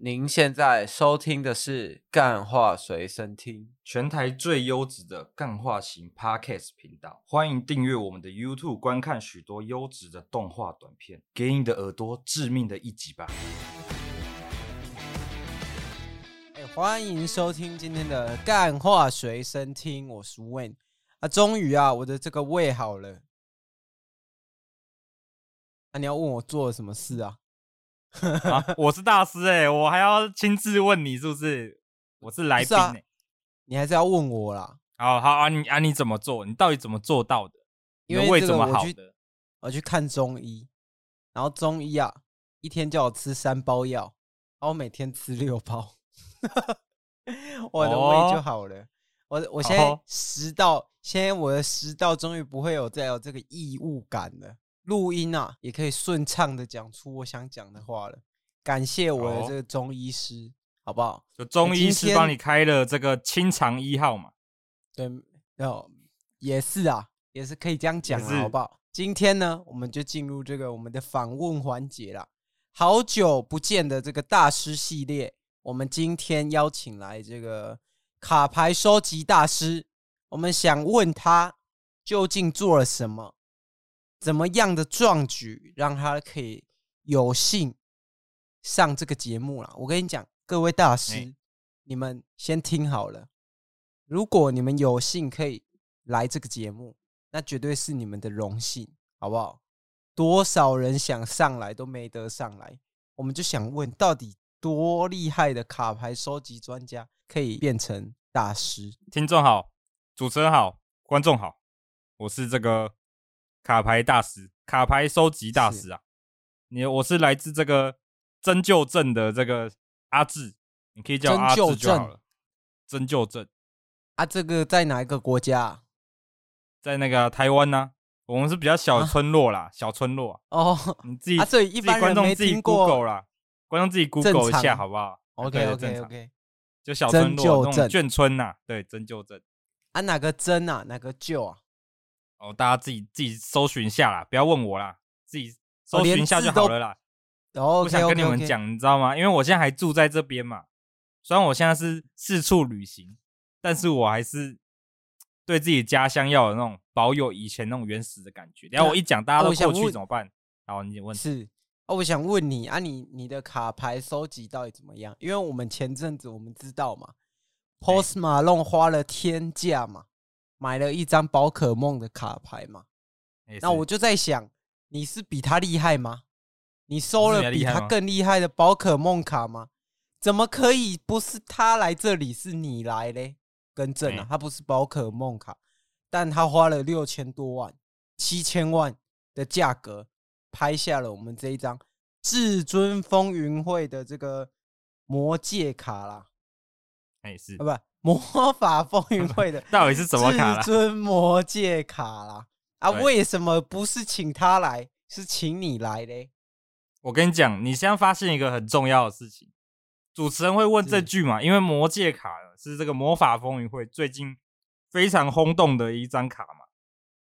您现在收听的是《干话随身听》。全台最优质的干化型 Podcast 频道，欢迎订阅我们的 YouTube，观看许多优质的动画短片，给你的耳朵致命的一击吧！哎，欢迎收听今天的《干话随身听》，我是 Wayne 啊，终于啊，我的这个胃好了。啊，你要问我做了什么事啊？ 啊，我是大师哎、我还要亲自问你是不是？我是来不是宾啊哎、你还是要问我啦，好好啊，你啊你怎么做？你到底怎么做到的？因你的胃为这怎个么我好去的？我去看中医，然后中医啊一天叫我吃三包药，然后我每天吃六包， 我的胃就哦好了。我我现在哦食道，现在我的食道终于不会有再有这个异物感了。录音啊，也可以顺畅的讲出我想讲的话了。感谢我的哦这个中医师，好不好？就中医今师天帮你开了这个清肠一号嘛？对，哦，也是啊，也是可以这样讲也啊，好是不好？今天呢，我们就进入这个我们的访问环节啦。好久不见的这个大师系列，我们今天邀请来这个卡牌收集大师，我们想问他究竟做了什么，怎么样的壮举让他可以有幸上这个节目啦？我跟你讲，各位大师，哎你们先听好了。如果你们有幸可以来这个节目，那绝对是你们的荣幸，好不好？多少人想上来都没得上来，我们就想问，到底多厉害的卡牌收集专家可以变成大师？听众好，主持人好，观众好，我是这个卡牌大师，卡牌收集大师啊。你我是来自这个针灸镇的这个阿志，你可以叫我阿针灸志就好镇了。针灸镇啊，这个在哪一个国家啊、在那个台湾呢、啊我们是比较小村落啦，小村落啊、啊哦你自己、啊所以一自己般人观众没自己听过 Google 啦，观众自己常 Google 一下好不好，OK 啊对正 OK 常 OK，就小村针灸落那症种眷村呐、对，针灸镇啊，哪个真啊，哪个旧啊？哦，大家自己自己搜寻一下啦，不要问我啦，自己哦搜连寻一下字就都好了啦。然后不想跟你们，讲，你知道吗？因为我现在还住在这边嘛，虽然我现在是四处旅行，但是我还是对自己家乡要有那种保有以前那种原始的感觉。然后我一讲，大家啊都我想过去问怎么办？好，你问是哦，我想问你啊你，你的卡牌收集到底怎么样？因为我们前阵子我们知道嘛，Post Malone 花了天价嘛，买了一张宝可梦的卡牌嘛，也那是我就在想，你是比他厉害吗？你收我是了比比他厉害他吗更厉害的宝可梦卡吗？怎么可以不是他来这里，是你来嘞？更正啊哎，他不是宝可梦卡，但他花了六千多万、七千万的价格拍下了我们这一张至尊风云会的这个魔戒卡啦，那也是啊，不，魔法风云会的到底是什么卡啦 至？尊魔戒卡啦！啊，对为什么不是请他来，是请你来嘞？我跟你讲，你现在发现一个很重要的事情，主持人会问这句嘛？因为魔界卡呢是这个魔法风云会最近非常轰动的一张卡嘛，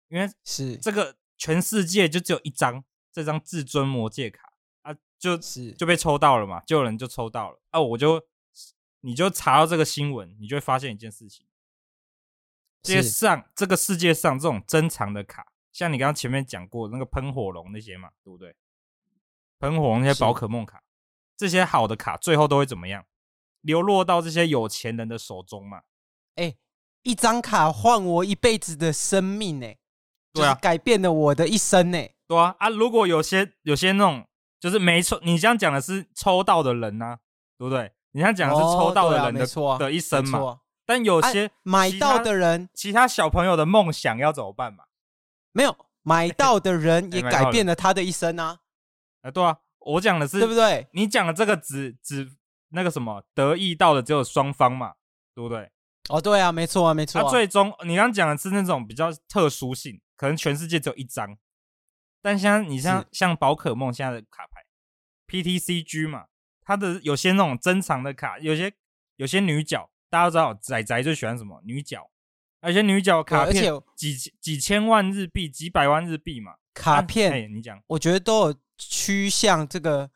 因为是这个全世界就只有一张，这张至尊魔戒卡啊，就是就被抽到了嘛，就有人就抽到了啊，我就你就查到这个新闻，你就会发现一件事情，世界是上这个世界上这种珍藏的卡，像你刚刚前面讲过那个喷火龙那些嘛，对不对？喷火龙那些是宝可梦卡，这些好的卡最后都会怎么样？流落到这些有钱人的手中嘛？哎、一张卡换我一辈子的生命呢、对啊就是改变了我的一生呢、对啊啊！如果有些有些那种就是没抽，你这样讲的是抽到的人呐、对不对？你这样讲的是抽到的哦对啊人的、没错啊的一没生嘛。错，但有些、啊买到的人其他小朋友的梦想要怎么办嘛？没有买到的人也哎买到了改变了他的一生啊，啊，对啊，我讲的是对不？对？你讲的这个只只那个什么得意到的只有双方嘛，对不对？哦，对啊，没错啊，没错、它啊，最终你刚刚讲的是那种比较特殊性，可能全世界只有一张。但像你像是像宝可梦现在的卡牌，PTCG 嘛，它的有些那种珍藏的卡，有些有些女角，大家都知道仔仔最喜欢什么女角，而且女角卡对片而且几几千万日币、几百万日币嘛，卡啊片、哎、你讲我觉得都有趋向这个，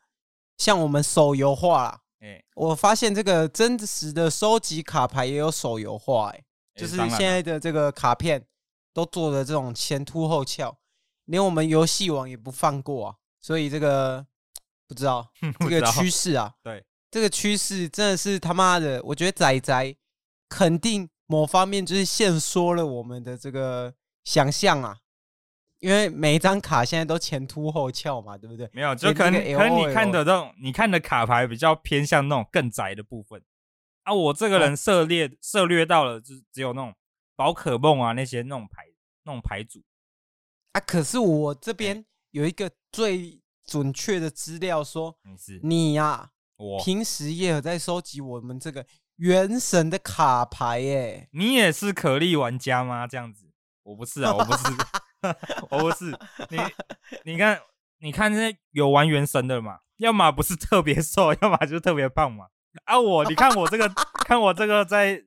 像我们手游化啦，哎，我发现这个真实的收集卡牌也有手游化、哎，就是当然现了在的这个卡片都做的这种前凸后翘，连我们游戏王也不放过啊。所以这个不知道这 不个知道趋势啊，对，这个趋势真的是他妈的，我觉得仔仔肯定某方面就是限缩了我们的这个想象啊，因为每一张卡现在都前凸后翘嘛，对不对？没有，连就那可能个可能 LOL 你看的这种，你看的卡牌比较偏向那种更宅的部分啊。我这哦个人涉猎涉略到了，就是只有那种宝可梦啊那些那种牌那种牌组，啊，可是我哎这边有一个最准确的资料说，你是你呀、我，平时也有在收集我们这个原神的卡牌耶、你也是可莉玩家吗？这样子，我不是啊，我不 是，我不是。你你看你看这些有玩原神的嘛，要么不是特别瘦，要么就是特别胖嘛。啊我，你看我这个看我这个在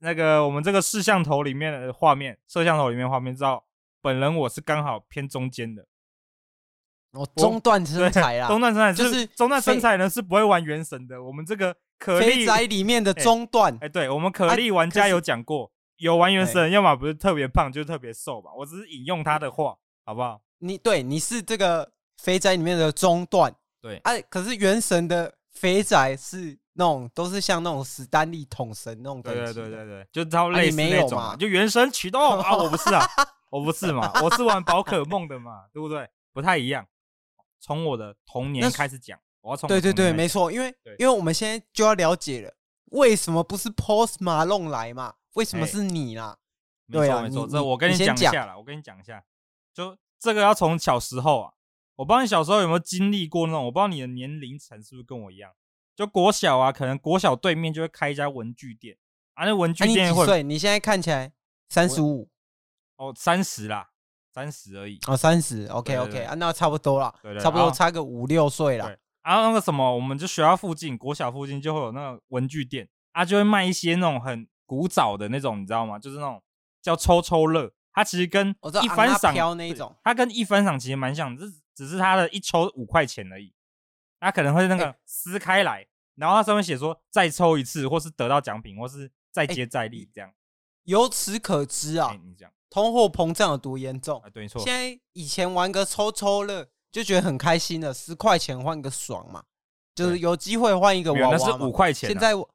那个我们这个摄像头里面的画面，摄像头里面画面知道，本人我是刚好偏中间的，我哦中段对身材啦，中段身材就是是中段身非材呢是不会玩原神的。我们这个可肥莉宅里面的中段，哎，对我们啊可莉玩可家是有讲过，有玩原神，要么不是特别胖，就是特别瘦吧。我只是引用他的话，好不好？你对你是这个肥宅里面的中段，对哎、可是原神的肥宅是那种都是像那种史丹利桶神那种等对级对的，对对对，就超类似啊你没那有种嘛嘛，就原神启动 啊，我不是啊，我不是嘛，我是玩宝可梦的嘛，对不对？不太一样。从我的童那年是开始讲，我要从对我对童年对，开没始错，因为对因为我们现在就要了解了，为什么不是 Post Malone 来嘛？为什么哎是你啦？没对错、啊没你错，你这我跟你先讲一讲下啦，我跟你讲一下，就这个要从小时候啊，我不知道你小时候有没有经历过那种，我不知道你的年龄层是不是跟我一样，就国小啊，可能国小对面就会开一家文具店啊，那文具啊、你店几会、岁？你现在看起来三十五哦三十啦，三十而已，哦，三十。OK 对 OK，对啊，那差不多啦，对对差不多啊差个五六岁啦对。然啊后那个什么，我们就学校附近国小附近就会有那个文具店，啊，就会卖一些那种很古早的那种，你知道吗？就是那种叫抽抽乐，它其实跟我知道一番昂纳赏飘那一种对它跟一番赏其实蛮像，只是只是它的一抽五块钱而已，它可能会哎那个撕开来，然后它上面写说再抽一次，或是得到奖品，或是哎再接再厉这样。由此可知哎、啊，你讲通货膨胀有多严重啊，。对，没错现，在以前玩个抽抽乐就觉得很开心了，十块钱换个爽嘛，就是对有机会换一个没有娃那娃是嘛五。块钱、啊。现在我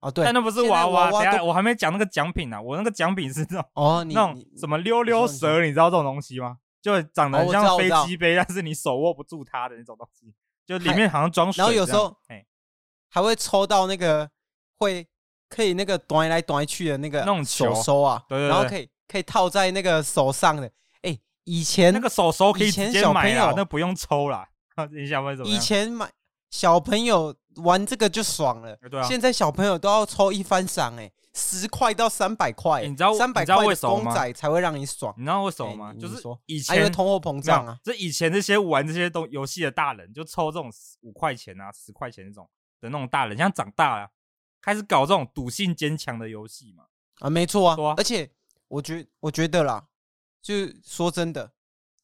哦对，但那不是现在娃娃等一都下我还没讲那个奖品呢、我那个奖品是那种。哦，你那种你什么溜溜蛇，你知道这种东西吗？就长得哦很我知道像我知飞道机杯，但是你手握不住它的那种东西，就里面好像装水这然样。后有时候哎，还会抽到那个会可以那个端来端去的那个那种手球收啊，对对然后对可以可以套在那个手上的。哎、以前那个手手可以以前直接小买朋友啦，那不用抽啦。 你想问什么以样？前买小朋友玩这个就爽了，哎对啊，现在小朋友都要抽一番赏、哎，十块到三百块，你知道三百你知道块为的什么公吗仔才会让你爽，你知道为什么哎吗？你就是说以啊、因为前通货膨没有胀啊，这以前那些玩这些东游戏的大人，就抽这种五块钱啊、十块钱那种的那种大人，像长大了开始搞这种赌性坚强的游戏嘛。啊，没错对啊，啊而且我觉我觉得啦，就是说真的，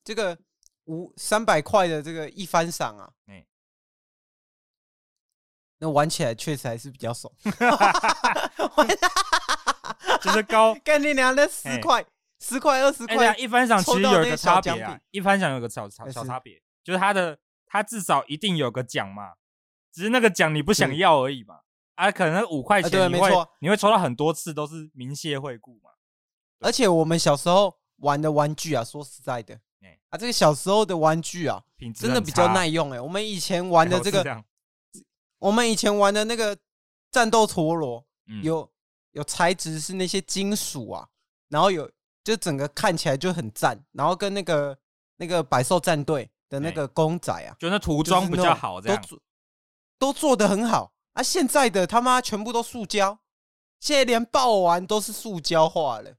这个五三百块的这个一番赏啊，哎那玩起来确实还是比较爽。就是高 干你娘的十哎块，十块二十哎对啊块，一番赏其抽实到有那一个些小差奖别品啊，一番赏有个小差哎小是差别，就是它的它至少一定有个奖嘛，只是那个奖你不想要而已嘛。啊，可能五块啊对钱你没会、错你会抽到很多次，都是明谢惠顾嘛。而且我们小时候玩的玩具啊，说实在的哎，啊，这个小时候的玩具啊，品质真的很比较差耐用哎、我们以前玩的哎这我是个，样我们以前玩的那个战斗陀螺，嗯有有材质是那些金属啊，然后有就整个看起来就很赞，然后跟那个那个百兽战队的那哎个公仔啊，就那涂就是装比那较种好，这都样做都做的很好啊。现在的他妈全部都塑胶，现在连爆丸都是塑胶化 了，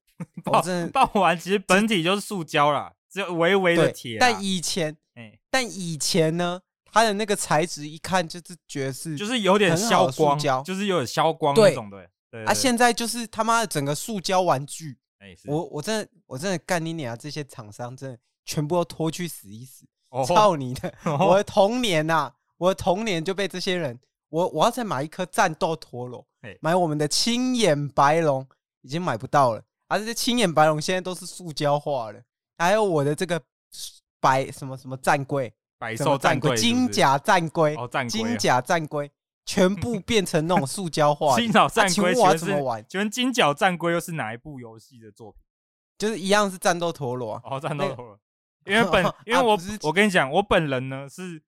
我爆真的爆完其实本体就是塑胶啦，只有微微的对铁。。啊但以前哎，但以前呢，它的那个材质一看就是觉得是就是有点很好消的塑光胶，就是有点消光对那种的。对啊，对现在就是他妈的整个塑胶玩具，哎是我我真的我真的干你娘！这些厂商真的全部都拖去死一死， 哦吼 操你的！哦吼我的童年呐、我的童年就被这些人我我要再买一颗战斗陀螺嘿，买我们的青眼白龙，已经买不到了。而、啊、这些青眼白龙现在都是塑胶化了，还有我的这个白什么什么战龟，百什么兽战龟、队是不金是甲战龟、哦，战龟啊金甲战龟，全部变成那种塑胶 化的。金角啊战请龟问其我要实怎么玩是？？请问金角战龟又是哪一部游戏的作品？就是一样是战斗陀螺啊、哦，战那斗个陀螺。因为本因为 啊我不是我跟你讲，我本人呢是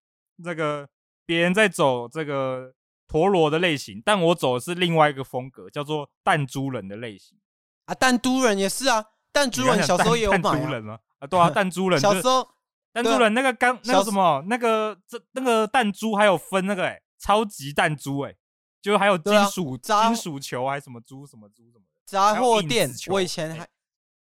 这个别人在走这个陀螺的类型，但我走的是另外一个风格，叫做弹珠人的类型。啊！弹珠人也是啊，弹珠人你刚刚讲小时候弹也有买、弹珠啊，人吗？啊， 对啊，弹珠人小就是时候弹对珠啊人那个刚那小个时什么那个这那个弹珠还有分那个哎超级弹珠哎，就还有金对啊属渣金属球还是什么珠什么珠什么的。杂还货有店硬纸，球我以前还哎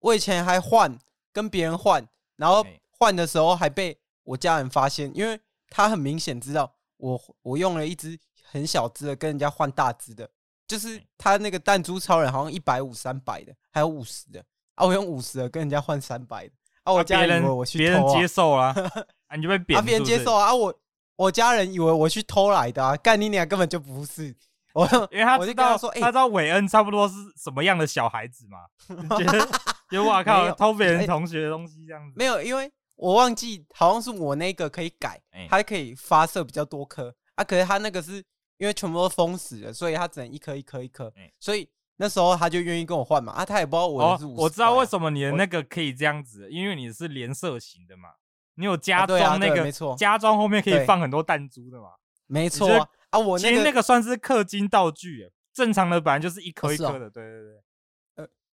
我以前还换跟别人换，然后哎换的时候还被我家人发现，因为他很明显知道我我用了一只很小只的跟人家换大只的，就是哎他那个弹珠超人好像一百五、三百的，还有五十的啊，我用五十的跟人家换三百的啊，我啊家别人以人为我去别人偷啊接受 啦，啊你就被扁啊，别人是不接是受啊，啊我我家人以为我去偷来的啊，干你俩根本就不是 我，因为他我知就跟他道说哎他知道韦恩差不多是什么样的小孩子 嘛，觉得觉得哇没靠有偷别人哎同学的东西这样子，没有，因为我忘记好像是我那个可以改哎，它可以发射比较多颗啊。可是它那个是因为全部都封死了，所以它只能一颗一颗一颗哎。所以那时候他就愿意跟我换嘛啊，他也不知道我哦的是，五啊我知道为什么么你的我那个可以这样子，因为你是连射型的嘛，你有啊加对啊装那对个没错加装后面可以对放很多弹珠的嘛，没错你觉啊得啊，我其那实那个个算是氪金道具耶，正常的本来就是一颗一是哦颗的，对对对，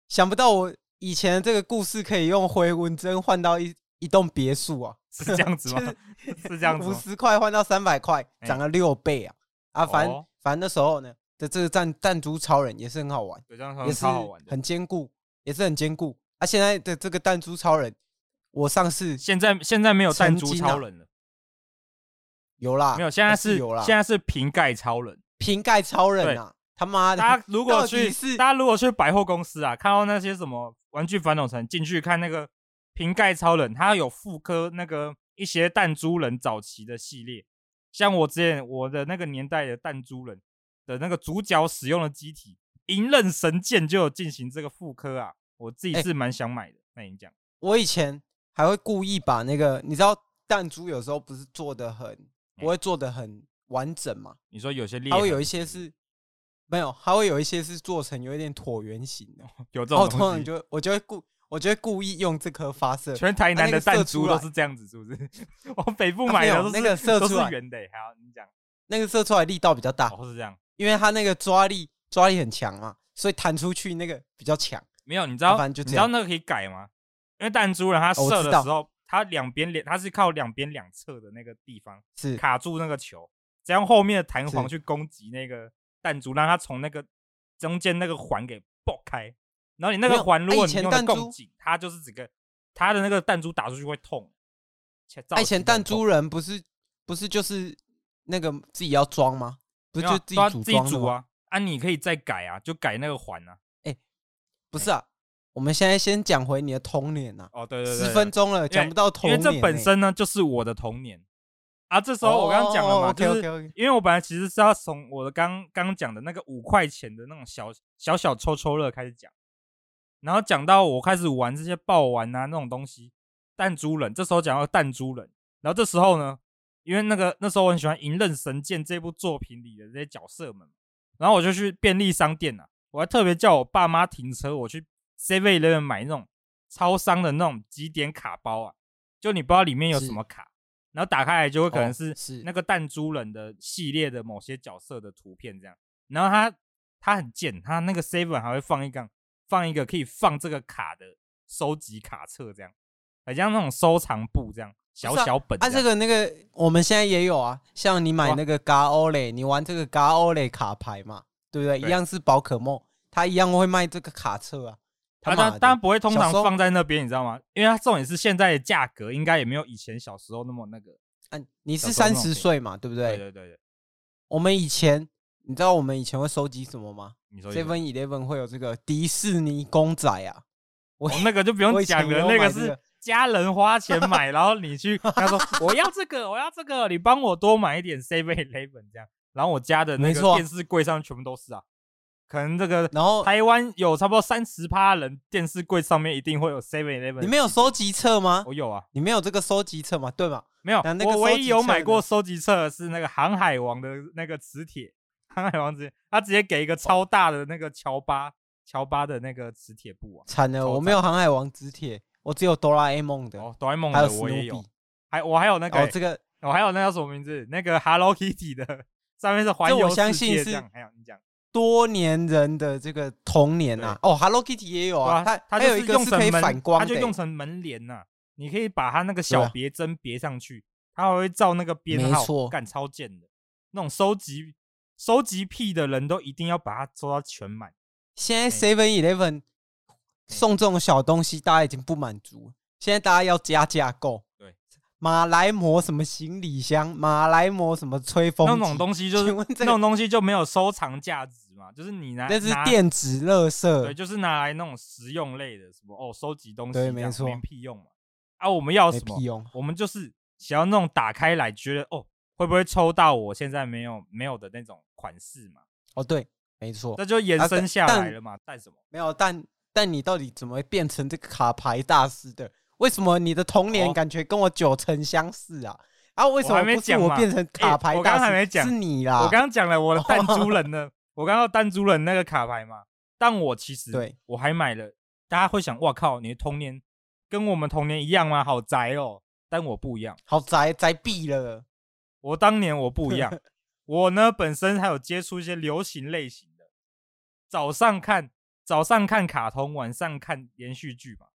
想不到我以前这个故事可以用回纹针换到一一栋别墅啊，是这 样子吗？ 是这样子五吗？十块换到三百块，哎涨了六倍啊啊！反哦反正那时候呢的这个弹弹珠超人也是很好玩。对，这样好也像是嗯超好玩的。很坚固，也是很坚固。啊，现在的这个弹珠超人，我上次现在现在没有弹曾珠经超啊人了，有啦，没有，现在还是是啊有啦，现在是瓶盖超人。瓶盖超人啊，他妈的，大家如果到底去，是大家如果去百货公司啊，看到那些什么玩具反斗城，进去看那个瓶盖超人，它有复刻那个一些弹珠人早期的系列，像我之前我的那个年代的弹珠人的那个主角使用的机体银刃神剑就有进行这个复刻啊，我自己哎是蛮想买的。那你讲，我以前还会故意把那个，你知道弹珠有时候不是做的很，哎不会做的很完整嘛，你说有些裂它痕，会有一些是没有，它会有一些是做成有一点椭圆形的，有这然后种哦通东常西，就我就会故我就会故意用这颗发射，全台南的那个射弹出珠来都是这样子，是不是？ 我北部啊买没的有都是那个射都出是来圆的欸，还好你讲，那个射出来力道比较大，哦是这样。因为它那个抓力抓力很强嘛，所以弹出去那个比较强。没有，你知啊道，反正就你这知道样那个可以改吗？因为弹珠人他哦我射知的道时候，他两边两他是靠两边两侧的那个地方是卡住那个球，这样后面的弹簧是去攻击那个弹珠，让它从那个中间那个环给爆开。然后你那没个有环，如啊果以你前用的弹够珠紧，它就是整个它的那个弹珠打出去会痛。且造啊哎以前成弹很痛珠人不是不是就是那个自己要装吗？不没是有啊就自对啊己组自己装的组吗？啊，啊你可以再改啊，就改那个环啊。不是啊，我们现在先讲回你的童年啊，哦，对对对，十分钟了，讲不到童因为年欸。这本身呢就是我的童年啊。这时候哦我刚刚讲了嘛，就 OK 是 OK OK，因为我本来其实是要从我的刚刚讲的那个五块钱的那种小小小抽抽乐开始讲，然后讲到我开始玩这些爆丸啊那种东西，弹珠人。这时候讲到弹珠人，然后这时候呢，因为那个那时候我很喜欢《银刃神剑》这部作品里的这些角色们，然后我就去便利商店啊，我还特别叫我爸妈停车，我去 Seven Eleven 买那种超商的那种几点卡包啊，就你不知道里面有是什么卡，然后打开来就会可能哦是是那个弹珠人的系列的某些角色的图片这样，然后它它很贱，它那个 Seven 还会放一个放一个可以放这个卡的收集卡册这样，很像那种收藏簿这样小不是啊小本啊，这样个那个我们现在也有啊，像你买哇那个 g a o l e 你玩这个 g a o l e 卡牌嘛，对不对？对一样是宝可梦，它一样会卖这个卡册啊。他啊，妈当当然的，不会通小常时候放在那边，你知道吗？因为它重点是现在的价格应该也没有以前小时候那么那个。嗯，你是小时候那三种十便宜岁嘛，对不对对？对对对，我们以前，你知道我们以前会收集什么吗你说一说？Seven Eleven 会有这个迪士尼公仔啊，我哦那个就不用我以前讲没了，有那买个这是个家人花钱买，然后你去他说我要这个，我要这个，你帮我多买一点 Seven Eleven 这样，然后我家的那没个错电视柜上全部都是啊，可能这个然后台湾有差不多三十趴人，电视柜上面一定会有 Seven Eleven。你没有啊收集册吗？我有啊，你没有这个收集册吗？对吗？没有。那那个我唯一有收集册买过的收集册的是那个《航海王》的那个磁铁，《航海王》直接他直接给哦一个超大的那个乔巴乔巴的那个磁铁布啊。惨了，超我赞没有航海王之铁，我只有哆啦 A 梦的，哦，哆啦 A 梦还有的史我也努有比，。还我还有那个哦欸，这个我还有那叫什么名字？那个 Hello Kitty 的，上面是环这我游世相信界是这样。还哎有你讲，多年人的这个童年啊，哦，Hello Kitty 也有啊，它对它还就有一是个用是成可以门反光它的就欸，用成门帘呐、你可以把它那个小对啊别针别上去，它还会照那个编没号，错干超贱的。那种收集收集癖的人都一定要把它收到全满。现在 Seven Eleven 送这种小东西，大家已经不满足了，现在大家要加价购。对，马来模什么行李箱，马来模什么吹风那机种东西就是请问这那种东西就没有收藏价值嘛，就是你拿那是拿电子垃对，圾，就是拿来那种实用类的，什么哦，收集东西对这样没错没屁用嘛。啊，我们要没什屁么？用。我们就是想要那种打开来觉得哦，会不会抽到我现在没有没有的那种款式嘛？哦，对，没错那，就延啊伸但下但来了嘛，带什么？没有。但但你到底怎么会变成这个卡牌大师的？为什么你的童年哦感觉跟我九成相似啊？啊，为什我么还没不是讲我嘛变成卡牌我大刚师？还没讲是你啦。我刚刚讲了我的弹珠人 的，我刚刚弹珠人那个卡牌嘛，但我其实对我还买了，大家会想，哇靠，你的童年跟我们童年一样吗？好宅哦，但我不一样，好宅宅毙了，我当年我不一 样，我呢本身还有接触一些流行类型的，早上看早上看卡通，晚上看连续剧嘛，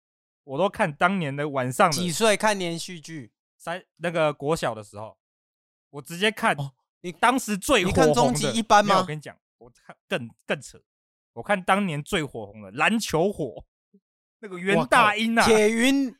我都看当年的晚上几的岁看连续剧？三那个国小的时候，我直接看哦你当时最你火看红的，终极一班没有吗我跟你讲，我看更更扯，我看当年最火红的篮球火，那个袁哇靠大英啊，铁云，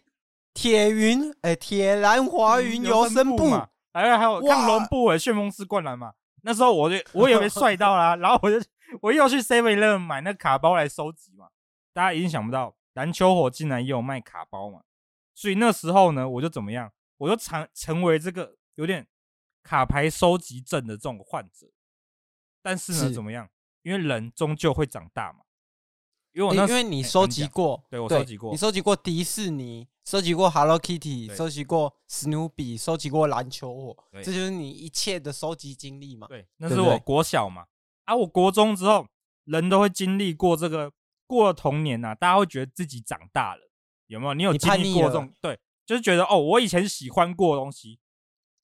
铁云，哎、铁兰嗯华云游生声部，嘛，还有还有看哇龙部尾旋风式灌篮嘛，那时候我就我也 被帅到啦、然后我就我又去 Seven Eleven 买那卡包来收集嘛，大家一定想不到篮球火竟然也有卖卡包嘛，所以那时候呢，我就怎么样，我就成成为这个有点卡牌收集症的这种患者，但是呢，是怎么样？因为人终究会长大嘛，因为我因那为时哎因为你收集过，对我收集过你收集过迪士尼，收集过 Hello Kitty，对收集过史努比，收集过篮球火，对这就是你一切的收集经历嘛？对，那对是不对我国小嘛。啊，我国中之后，人都会经历过这个过了童年呐、啊，大家会觉得自己长大了，有没有？你有你经叛历逆过这了种？对，就是觉得哦，我以前喜欢过的东西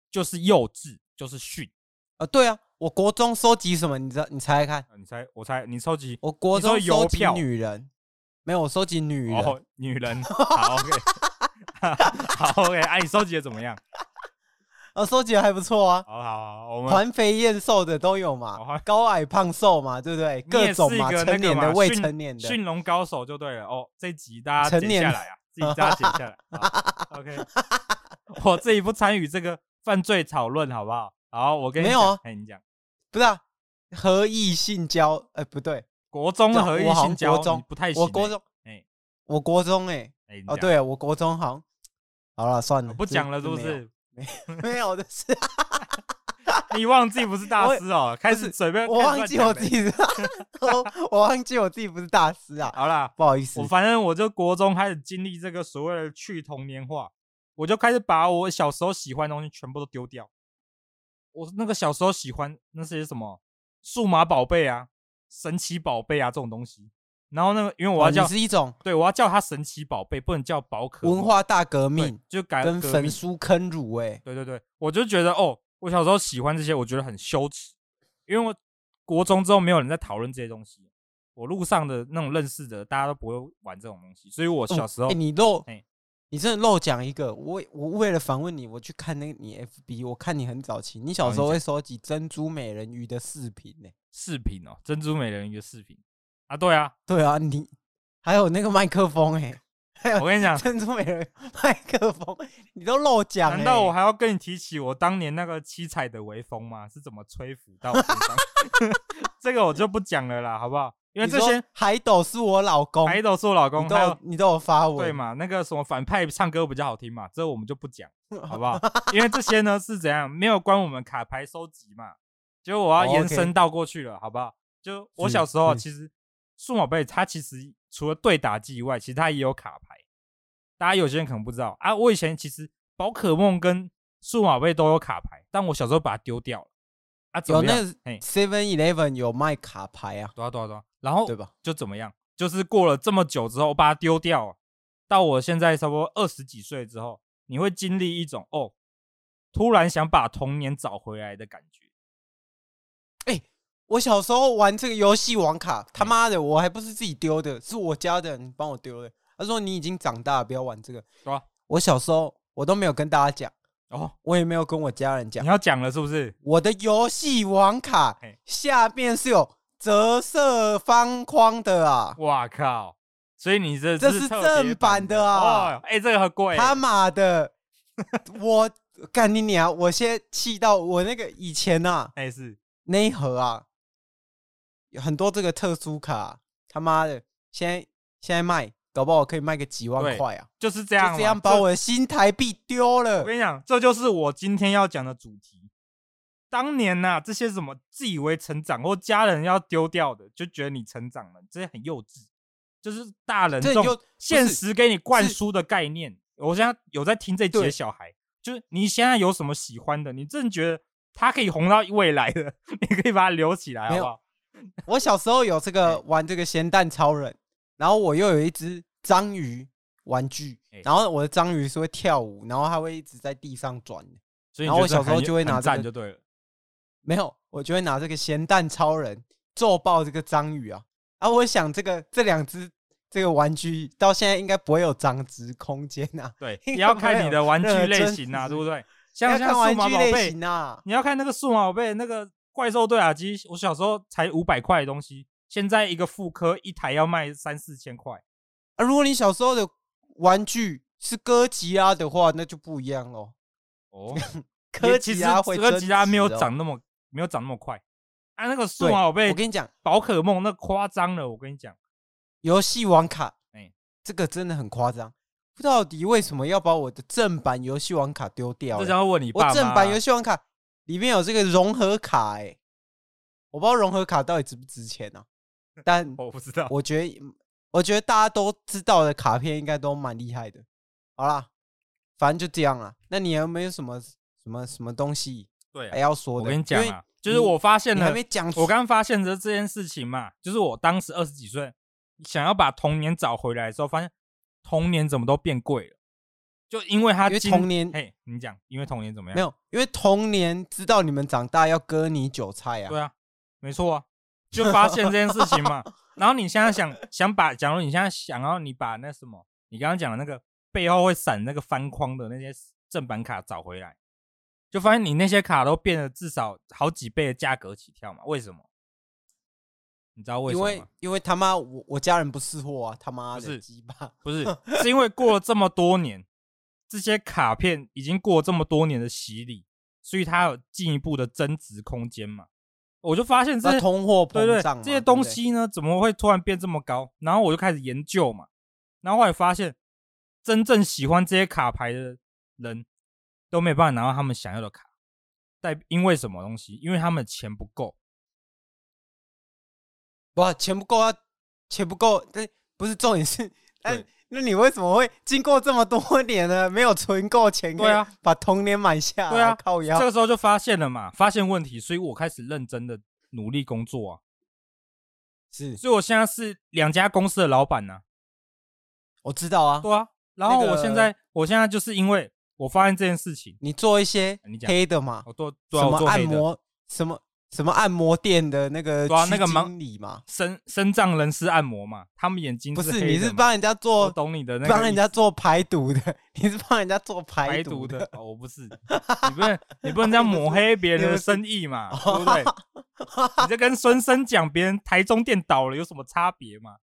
就是幼稚，就是训。啊，对啊，我国中收集什么？你知道？你猜猜看，啊你猜，我猜，你收集我国你中说邮收集票女人，没有，我收集女人，哦，女 人，好 OK，好 OK，哎、你收集的怎么样？啊，收集的还不错啊。好好好，我们环肥燕瘦的都有嘛，哦高矮胖瘦嘛，对不对？你也各种是一嘛，个那成个年的、嘛未驯成年的，驯龙高手就对了哦。这集大家成剪年下的来啊，自己大家剪下来。好 OK，我自己不参与这个犯罪讨论，好不好？好，我跟你没有讲啊哎，你讲不是啊？合意性交，哎、不对，国中这的样合意我好像性交国中你不太行欸。我国中，哎我国中、欸，哎，哎，你哦，讲，对，我国中好像，好了，算了，我不这讲了，是不？这没有是？ 没有的事，你忘记不是大师哦，开不始是准备我忘记我自。 己的，我我忘记我自己不是大师 啊，好啦，不好意思我，反正我就国中开始经历这个所谓的去童年化，我就开始把我小时候喜欢的东西全部都丢掉。我那个小时候喜欢那些什么数码宝贝啊、神奇宝贝啊这种东西，然后那个因为我哇要哦你叫、是一种对我要叫它神奇宝贝，不能叫宝可梦文化大革对命就改跟革焚命书坑儒、欸，哎，对对对，我就觉得哦，我小时候喜欢这些，我觉得很羞耻，因为我国中之后没有人在讨论这些东西，我路上的那种认识的大家都不会玩这种东西，所以我小时候、哎、你漏，哎你真的漏讲一个。我我为了访问你，我去看那个你 FB，我看你很早期，你小时候好你会收集珍珠美人鱼的视频欸呢、视频哦，珍珠美人鱼的视频啊，对啊，对啊，你还有那个麦克风哎、还我有跟你讲，珍珠美人 鱼麦克风，你都漏讲、欸。难道我还要跟你提起我当年那个七彩的微风吗？是怎么吹拂到我身上？ 这个我就不讲了啦，好不好？因为你这说些海斗是我老公，海斗是我老公，你都还有有你都有发文对？嘛，那个什么反派唱歌比较好听嘛，这 我们就不讲，好不好？因为这些呢是怎样，没有关我们卡牌收集嘛，就我要哦延，OK 伸到过去了，好不好？就我是嗯小时候啊是其实数码宝贝它其实除了对打技以外，其实它也有卡牌。大家有些人可能不知道啊，我以前其实宝可梦跟数码宝贝都有卡牌，但我小时候把它丢掉了啊。怎有么那样嘿， Seven Eleven 有卖卡牌啊，对啊对啊对啊，然后对吧？就怎么样？就是过了这么久之后，我把它丢掉了。到我现在差不多二十几岁之后，你会经历一种哦，突然想把童年找回来的感觉。我小时候玩这个游戏网卡，嗯他妈的，我还不是自己丢的，是我家的人帮我丢的。他说你已经长大了，不要玩这个。对啊我小时候我都没有跟大家讲，哦，我也没有跟我家人讲你，要讲了是不是？我的游戏网卡嘿下面是有折射方框的啊！哇靠！所以你这这是是特别正版的啊哦哎、这个很贵。他妈的， 我干你娘！我先气到我那个以前啊，哎、是那一盒啊，有很多这个特殊卡、啊他妈的，现在现在卖，搞不好可以卖个几万对块啊！就是这就样嘛，这样把我这的新台币丢了我。跟你讲，这就是我今天要讲的主题。当年呐、这些什么自以为成长或家人要丢掉的，就觉得你成长了，这些很幼稚，就是大人这这又种不现是实给你灌输的概念。我现在有在听这集的对小孩，就是你现在有什么喜欢的，你真的觉得他可以红到未来的， 你可以把它留起来，好没有不好？我小时候有这 个玩这个咸蛋超人，然后我又有一只章鱼玩具哎，然后我的章鱼是会跳舞，然后它会一直在地上转。所以然后你觉得我小时候很就会拿很这个赞就对了。没有，我就会拿这个咸蛋超人揍爆这个章鱼啊！啊，我想这个这两只这个玩具到现在应该不会有涨值空间啊， 对，应也该要不看会你有的玩具任何类 真型啊，实对不对？要像像看数玩码具宝类贝，型啊。你要看那个数码宝贝那个怪兽对打机，我小时候才五百块的东西，现在一个副科一台要卖三四千块。啊，如果你小时候的玩具是哥吉拉的话，那就不一样喽。 哦，哥其吉实拉啊会科技拉增值没有哦涨那么没有涨那么快啊。那个数对码宝贝我跟你讲，宝可梦那夸张了，我跟你讲，游戏王卡，哎这个真的很夸张。到底为什么要把我的正版游戏王卡丢掉这欸？要问你爸我妈。正版游戏王卡里面有这个融合卡、欸，我不知道融合卡到底值不值钱啊，但我不知道。我觉得，我觉得大家都知道的卡片应该都蛮厉害的。好啦，反正就这样啦。那你有没有什么什么什么东西对啊还，要说我哎的？跟你讲因为啊，就是我发现你了还没讲出，我刚发现的这件事情嘛，就是我当时二十几岁，想要把童年找回来的时候，发现童年怎么都变贵了，就因为他因为今童年嘿，你讲，因为童年怎么样？没有，因为童年知道你们长大要割你韭菜啊。对啊，没错啊，就发现这件事情 嘛。然后你现在想想把，假如你现在想要你把那什么，你刚刚讲的那个背后会闪那个翻框的那些正版卡找回来，就发现你那些卡都变得至少好几倍的价格起跳嘛？为什么？你知道为什因么为吗？因为他妈我我家人不识货啊，他妈不的是鸡巴！不是，是因为过了这么多年，这些卡片已经过了这么多年的洗礼，所以它有进一步的增值空间嘛。我就发现这那些通货对对膨胀嘛，这些对不东对西呢，怎么会突然变这么高？然后我就开始研究嘛，然后后来发现，真正喜欢这些卡牌的人都没办法拿到他们想要的卡，代因为什么东西？因为他们的钱不够。不钱不够啊，钱不够，但不是重点是，但对那你为什么会经过这么多年呢？ 没有存够钱，对啊，把童年买下来，对啊靠这腰个时候就发现了嘛，发现问题，所以我开始认真的努力工作啊。是，所以我现在是两家公司的老板呢、我知道啊，对啊。然后那个我现在，我现在就是因为我发现这件事情，你做一些啊你讲黑的嘛，我做对啊，什我么做按黑的摩，什么什么按摩店的那个对啊区那个盲经理嘛，身身障人士按摩嘛，他们眼睛不是是，黑你的是嘛帮人家我做懂你的那个帮人意家思做排毒的， 你是帮人家做排排毒毒的的，哦，我不是，你不 能你不能这样抹黑别人的生意嘛，对不对？你这跟孙生讲别人台中店倒了有什么差别嘛？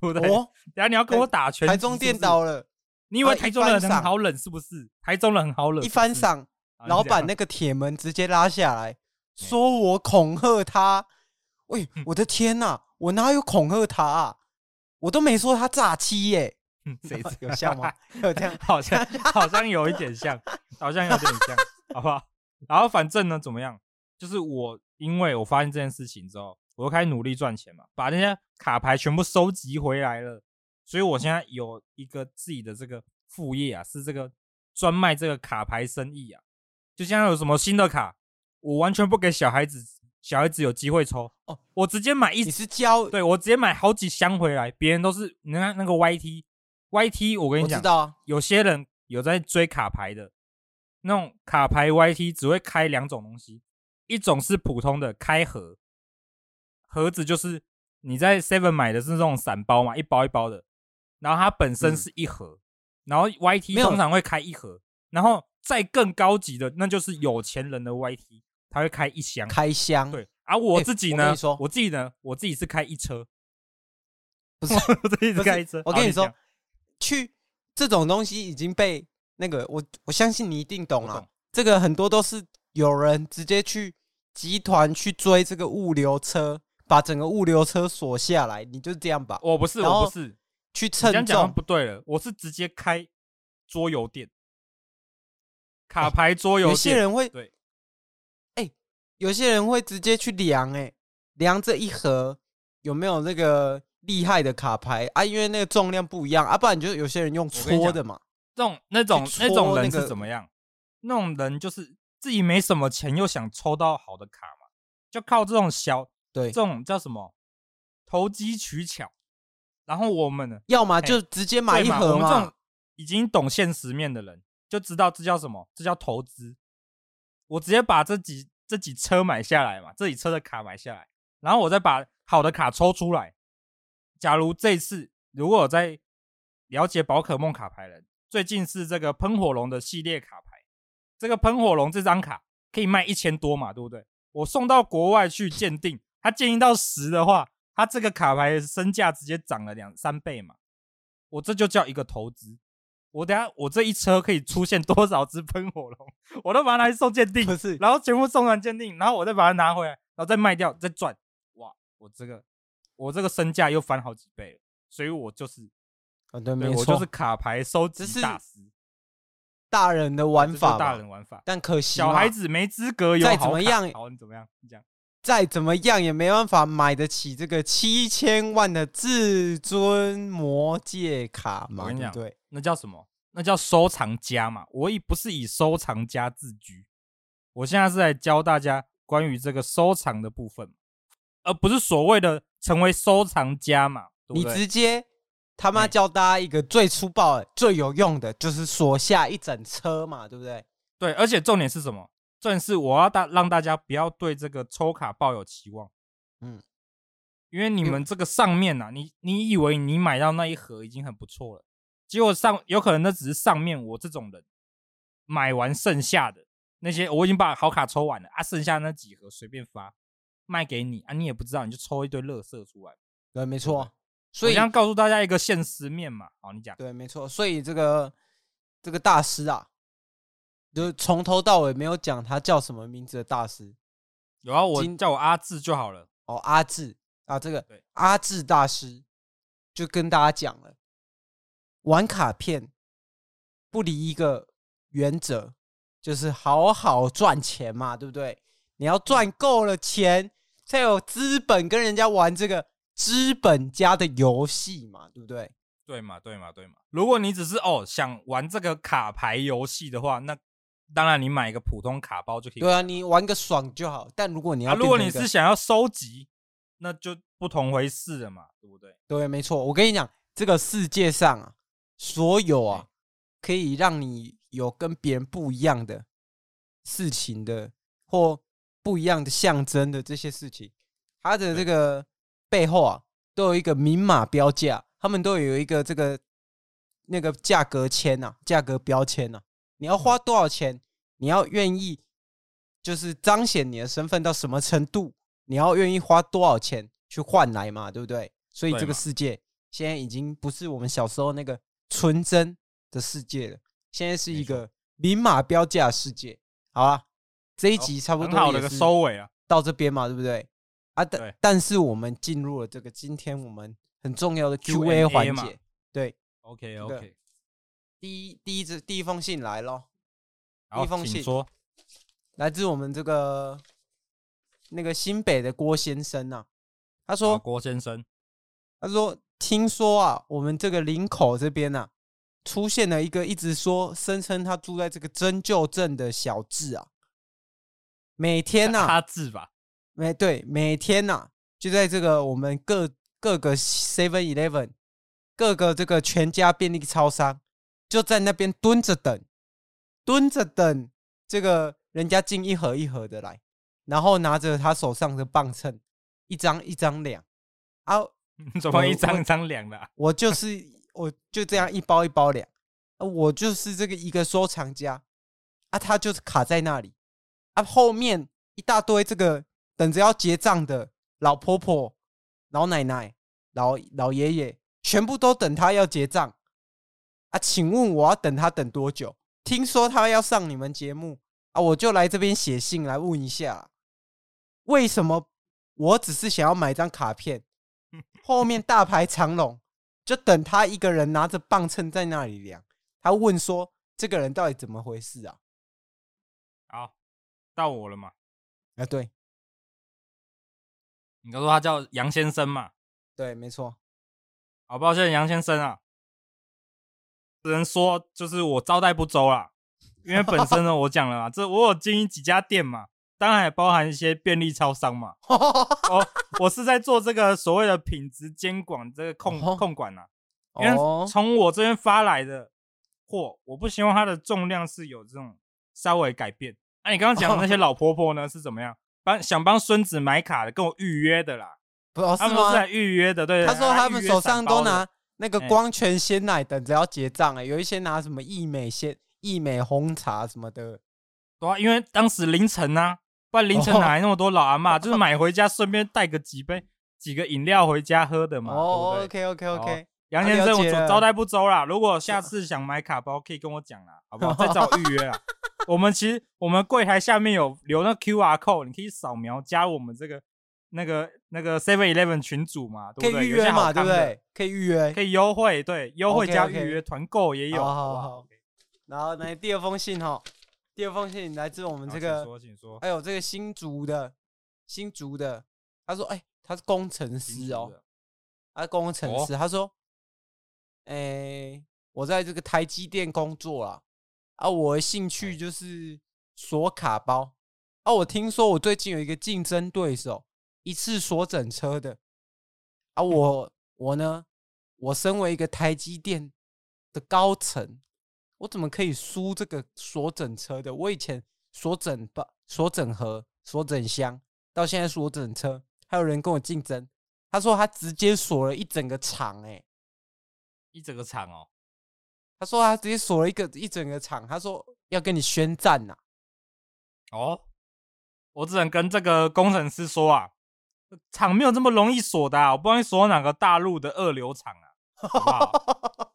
对不 对？哦，然后你要跟我打拳，台中电，倒了，你以为啊台一中人翻很赏好冷是不是？台中人很好冷，一翻赏，赏，老 板那个铁门直接拉下来，嗯说我恐吓他。喂，我的天呐、我哪有恐吓他啊？我都没说他诈欺耶、那谁知有像吗？ 有这样嗯 好像好像有一点像，好像有点像，好不好？然后反正呢，怎么样？就是我因为我发现这件事情之后，我又开始努力赚钱嘛，把那些卡牌全部收集回来了，所以我现在有一个自己的这个副业啊，是这个专卖这个卡牌生意啊。就像有什么新的卡，我完全不给小孩子，小孩子有机会抽哦，我直接买一你是教？对我直接买好几箱回来，别人都是你看那个 YT YT，我跟你我知讲，道啊，有些人有在追卡牌的，那种卡牌 YT 只会开两种东西，一种是普通的开盒，盒子就是你在 Seven 买的是那种散包嘛，一包一包的，然后它本身是一盒，然后 YT 嗯没有通常会开一盒，然后再更高级的那就是有钱人的 YT，他会开一箱，开箱，对，而、我欸自己我呢，跟你说自己呢，我自己是开一车，不是我自己是不是开一车。我好跟你说讲，去这种东西已经被那个我我相信你一定懂我了懂，这个很多都是有人直接去集团去追这个物流车，把整个物流车锁下来，你就这样吧，我不是，然后我不是，你去这称样讲重不。对了，我是直接开桌游店，卡牌桌游有些店。人会对，哎、有些人会直接去量、哎，量这一盒有没有那个厉害的卡牌啊？因为那个重量不一样啊，不然就有些人用我跟你搓讲的嘛。这种那种去戳那种人那个是怎么样？那种人就是自己没什么钱，又想抽到好的卡嘛，就靠这种小对这，种叫什么投机取巧。然后我们呢，要么就直接买对一嘛盒我们这嘛种。已经懂现实面的人，就知道这叫什么，这叫投资。我直接把这几这几车买下来嘛，这几车的卡买下来，然后我再把好的卡抽出来。假如这次如果有在了解宝可梦卡牌人，最近是这个喷火龙的系列卡牌，这个喷火龙这张卡可以卖一千多嘛，对不对？我送到国外去鉴定，它鉴定到十的话，它这个卡牌的身价直接涨了两三倍嘛。我这就叫一个投资。我等下我这一车可以出现多少只喷火龙，我都把它拿去送鉴定，不是然后全部送完鉴定，然后我再把它拿回来，然后再卖掉，再赚。哇，我这个我这个身价又翻好几倍了，所以我就是啊，对对，没我错，就是卡牌收这集是大师，大人的这玩就是法嘛。大人玩法，但可惜小嘛孩子没资格有再好怎么卡样好你怎么样？你讲再怎么样也没办法买得起这个七千万的至尊魔戒卡嘛，我跟你对讲不对？那叫什么？那叫收藏家嘛。我也不是以收藏家自居，我现在是来教大家关于这个收藏的部分，而不是所谓的成为收藏家嘛，对你不对？直接他妈哎教大家一个最粗暴的、最有用的，就是锁下一整车嘛，对不对？对，而且重点是什么？重点是我要大让大家不要对这个抽卡抱有期望，嗯，因为你因为们这个上面呐、你你以为你买到那一盒已经很不错了，结果上有可能那只是上面我这种人买完剩下的那些，我已经把好卡抽完了啊，剩下那几盒随便发卖给你啊，你也不知道，你就抽一堆垃圾出来。对，没错。所我以这样告诉大家一个现实面嘛，好，你讲，对，没错。所以这个这个大师啊，就是从头到尾没有讲他叫什么名字的大师有啊，我今叫我阿志就好了。哦，阿志啊，这个对阿志大师就跟大家讲了，玩卡片不离一个原则，就是好好赚钱嘛，对不对？嗯你要赚够了钱，才有资本跟人家玩这个资本家的游戏嘛，对不对？对嘛，对嘛，对嘛。如果你只是哦想玩这个卡牌游戏的话，那当然你买一个普通卡包就可以。对啊，你玩个爽就好。但如果你要、啊，如果你是想要收集，那就不同回事了嘛，对不对？对，没错，我跟你讲，这个世界上啊，所有啊可以让你有跟别人不一样的事情的，或不一样的象征的这些事情，它的这个背后啊，都有一个明码标价，他们都有一个这个那个价格签呐、啊，价格标签呐、啊，你要嗯花多少钱，你要愿意，就是彰显你的身份到什么程度，你要愿意花多少钱去换来嘛，对不对？所以对这个嘛世界现在已经不是我们小时候那个纯真的世界了，现在是一没错个明码标价的世界。好啊，这一集差不很好多的一个也是收尾啊。到这边嘛，对不对？啊，对但但是我们进入了这个今天我们很重要的 Q&A Q&A 环嘛节。对， OK 个 OK，第一第一只第一封信来咯，好一，封请啊信说。来自我们这个那个新北的郭先生啊，他说说郭先生，他说：“听说啊，我们这个林口这边啊，出现了一个一直说声称他住在这个针灸镇的小智啊，每天啊 呐、他字吧，每对每天呐、就在这个我们各各个 Seven Eleven、各个这个全家便利超商，就在那边蹲着等，蹲着等这个人家进一盒一盒的来，然后拿着他手上的磅秤，一张一张量啊。”怎么一我张一张量的啊？我就是我就这样一包一包量，啊我就是这个一个收藏家啊，他就是卡在那里啊，后面一大堆这个等着要结账的老婆婆、老奶奶、老老爷爷，全部都等他要结账啊，请问我要等他等多久？听说他要上你们节目啊，我就来这边写信来问一下，为什么我只是想要买张卡片，后面大排长龙，就等他一个人拿着磅秤在那里量。他问说：“这个人到底怎么回事啊好，到我了嘛？？”啊，对你刚说他叫杨先生嘛？对，没 错，好抱歉，杨先生啊，只能说就是我招待不周啦，因为本身呢，我讲了嘛，这我有经营几家店嘛，当然也包含一些便利超商嘛。哦，我是在做这个所谓的品质监管这个控哦控管啊，因为哦，从我这边发来的货，我不希望它的重量是有这种稍微改变。那、你刚刚讲的那哦些老婆婆呢，是怎么样帮想帮孙子买卡的，跟我预约的啦，不哦他是们都吗是？来预约的，对。他说他们手上都拿。拿那个哎光泉鲜奶等着要结账，哎，有一些拿什么益美鲜、益美红茶什么的，对啊，因为当时凌晨啊，不然凌晨哦哪来那么多老阿 嬷，就是买回家顺便带个几杯、几个饮料回家喝的嘛，哦对不对？ ，OK OK OK，杨先生，了我解了招待不周啦。如果 下次想买卡包，可以跟我讲啦，好不好？再找我预约啦。我们其实我们柜台下面有留那 Q R code，你可以扫描加入我们这个那个那个 Seven Eleven 群组嘛，可对以不对？预有些约好嘛，对康不的？对？可以预约可。以优惠，对，优惠加预 OK，OK 约，团购也有，好好不好好然后来第二封信哈，第二封信来自我们好这请个哎说，请说，还有这个新竹的，新竹的，他说，哎、他是工程师哦，他是工程师，他说，哎、我在这个台积电工作啦，啊，我的兴趣就是锁卡包，啊，我听说我最近有一个竞争对手，一次锁整车的，啊，我我呢，我身为一个台积电的高层，我怎么可以输这个锁整车的？我以前锁整包、锁整盒、锁整箱，到现在锁整车，还有人跟我竞争。他说他直接锁了一整个厂，哎，一整个场哦，他说他直接锁了一个一整个厂，他说要跟你宣战啊呐、哦，我只能跟这个工程师说啊，厂没有这么容易锁的、啊，我不知道你锁哪个大陆的二流厂啊，好不好？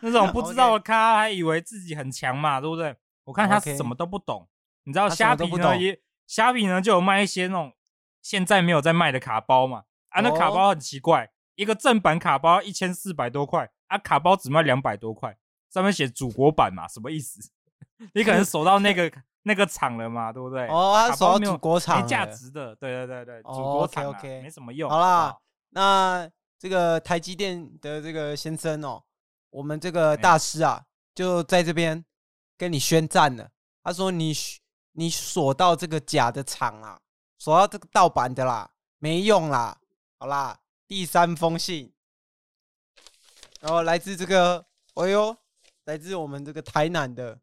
那种不知 道的咖还以为自己很强嘛，对不对？我看他 OK 什么都不懂，你知道他什么虾都皮不呢懂也虾皮呢就有卖一些那种现在没有在卖的卡包嘛，啊，那卡哦包很奇怪，一个正版卡包一千四百多块，啊，卡包只卖两百多块，上面写祖国版嘛，什么意思？ 你 可能锁到那个那个厂了嘛，对不对？ 哦，他卡锁包到没有祖国厂没价了值的，对对对对，哦祖国厂啊 OK，OK 没什么用。好啦不好，那这个台积电的这个先生哦，我们这哎个大师啊，就在这边跟你宣战了。他说你嘘你锁到这个假的厂啊，锁到这个盗版的啦，没用啦。好啦，第三封信，然后来自这个，哎呦，来自我们这个台南的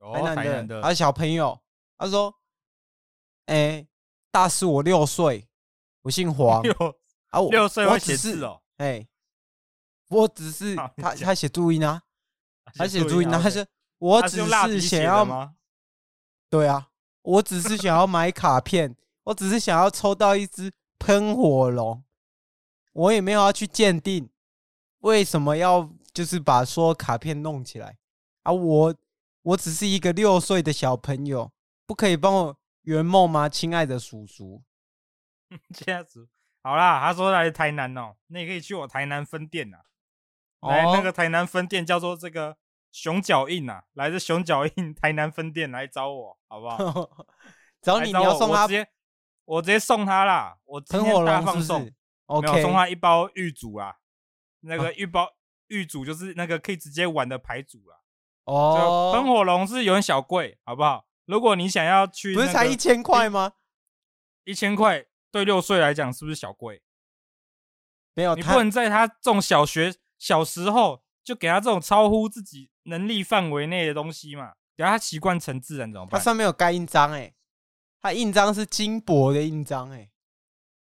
哦台台南南的，的哎他小朋友，他说：“哎、大师我六岁，我姓黄 六啊，我六岁我会只写是字哦，哎、我只是好你他讲他写注音啊，他写注音啊，他，OK 是我他只用蜡笔是写想的要吗？ 对啊，我只是想要买卡片，我只是想要抽到一只喷火龙，我也没有要去鉴定，为什么要就是把所有卡片弄起来啊？我我只是一个六岁的小朋友，不可以帮我圆梦吗，亲爱的叔叔？这样子。好啦，他说来台南哦，那你可以去我台南分店呐、来那哦个台南分店叫做这个熊脚印呐、来自 熊脚印台南分店来找我，好不好？哦，只要来你你找要我送我他直接我直接送他啦，我今喷火天大龙放是送，不没是有？OK，送他一包玉竹啊，那个玉包、玉竹就是那个可以直接玩的牌组啊。就喷哦，火龙是有点小贵，好不好？如果你想要去、不是才一千块吗？一千块，对六岁来讲是不是小贵？没有，你哦他不能在他这种小学小时候就给他这种超乎自己能力范围内的东西嘛，等下他习惯成自然怎么它办？上面有盖印章哎、它印章是金箔的印章哎、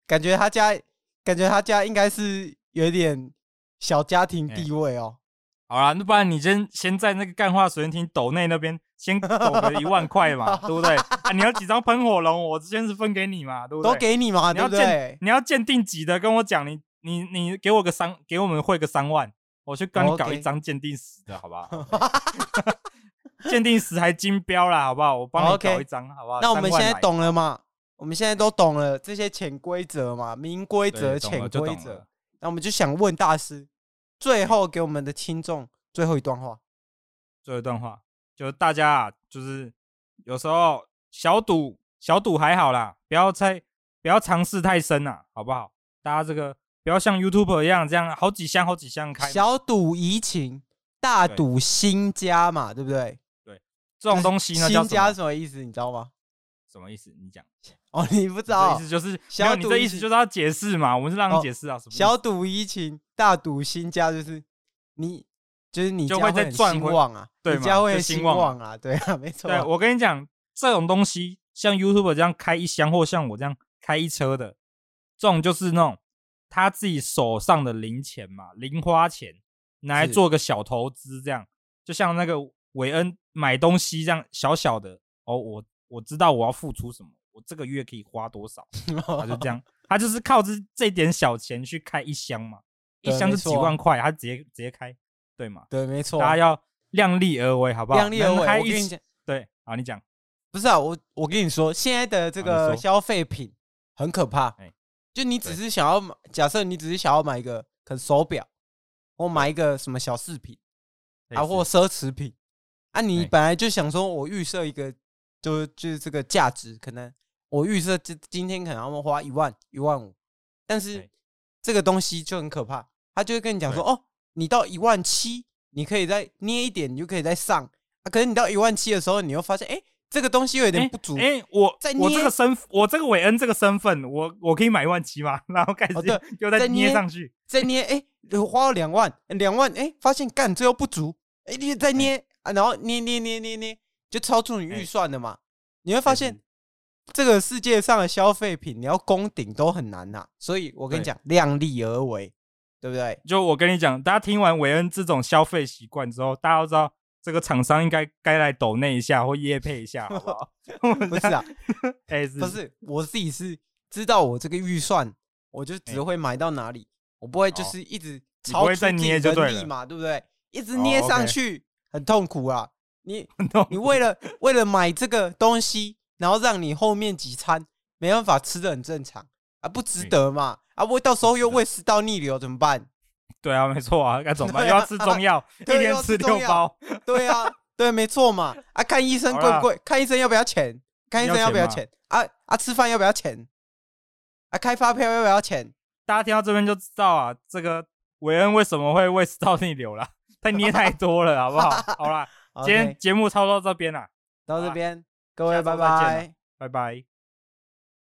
感觉他家感觉他家应该是有一点小家庭地位哦、哎好啦，那不然你先先在那个干话水源厅斗内那边先抖个一万块 嘛，对不对？啊，你要几张喷火龙，我先是分给你嘛，对不对？都给你嘛，你对要不鉴对？你要鉴定级的跟我讲，你你你给我个三，给我们汇个三万，我去帮你搞 OK 一张鉴定死的，好不 好？鉴定死还金标啦，好不好？我帮你哦 OK 搞一张，好不好？那我们3万现在来懂了嘛？我们现在都懂了这些潜规则嘛，明规对则、懂潜了就规懂则了。那我们就想问大师，最后给我们的听众最后一段话。最后一段话，就是大家啊，就是有时候小赌小赌还好啦，不要太不要尝试太深啦，好不好？大家这个不要像 YouTube 一样这样好几箱好几箱开，小赌怡情，大对赌新家嘛，对不对？这种东西呢叫新什家么是什么意思？你知道吗？ 什么意思？你讲，哦，你不你这知道意思就是小没有你赌这怡意思情就是要解释嘛，我们是让哦你解释啊，什么意思小赌怡情，大赌新家，就是你，就是你就家会再很赚兴回旺啊，对你嘛家会就很兴兴旺旺啊，对啊，没错啊，对我跟你讲，这种东西像 YouTube 这样开一箱，或像我这样开一车的，这种就是那种他自己手上的零钱嘛，零花钱拿来是做个小投资，这样就像那个韦恩买东西这样小小的哦，我我知道我要付出什么，我这个月可以花多少，他就这样，他就是靠这这点小钱去开一箱嘛，一对箱没就几错啊万块，他直接直接开，对嘛？ 对，没错大家啊，要量力而为，好不好？量力而能为。开我一跟你箱讲，对，好，你讲。不是啊，我我跟你说，现在的这啊你个说消费品很可怕哎，就你只对是想要买，假设你只是想要买一个可能手表，或买一个什么小饰品啊，类似或奢侈品啊，你哎本来就想说我预设一个，就就是这个价值，可能我预设今今天可能要花一万一万五，但是哎这个东西就很可怕，他就会跟你讲说，哦，你到一万七，你可以再捏一点，你就可以再上。啊，可是你到一万七的时候，你又发现，哎、这个东西有点不足。哎、欸我再我捏这个身，我这个韦恩这个身份，我我可以买一万七吗？ 然后开始又、哦对又再再捏捏上去，再捏，哎、花了两万，两万，哎、发现干这又不足，哎、你再捏、啊，然后捏捏捏捏捏，就超出你预哎算了嘛。你会发哎现是，这个世界上的消费品，你要攻顶都很难呐、所以我跟你对讲，量力而为，对不对？就我跟你讲，大家听完韦恩这种消费习惯之后，大家都知道这个厂商应该该来抖内一下或夜配一下，好不 好？不是啊， 哎、是不是，我自己是知道我这个预算，我就只哎会买到哪里，我不会就哦是一直你超不出会自再己捏就能对力了嘛，对不对？一直哦捏上，OK 去很痛苦啊！你 痛你为了为了买这个东西，然后让你后面几餐没办法吃的很正常啊，不值哎得嘛啊！我到时候又值得胃食道逆流怎么 办？对啊，没错啊，该怎么办？对啊又要吃中药，一 对天又要吃吃中六药包，对啊，对，没错嘛啊！看医生好贵不啦贵？看医生要不要钱？看医要生要钱不要嘛钱？啊啊！吃饭要不要钱？啊，开发票要不要钱？大家听到这边就知道啊，这个韦恩为什么会胃食道逆流啦？ 他捏太多了，好不好？好啦，今 OK 天节目差不多到这边啦，到好这啦边，各位下周拜再见了啊拜。拜拜。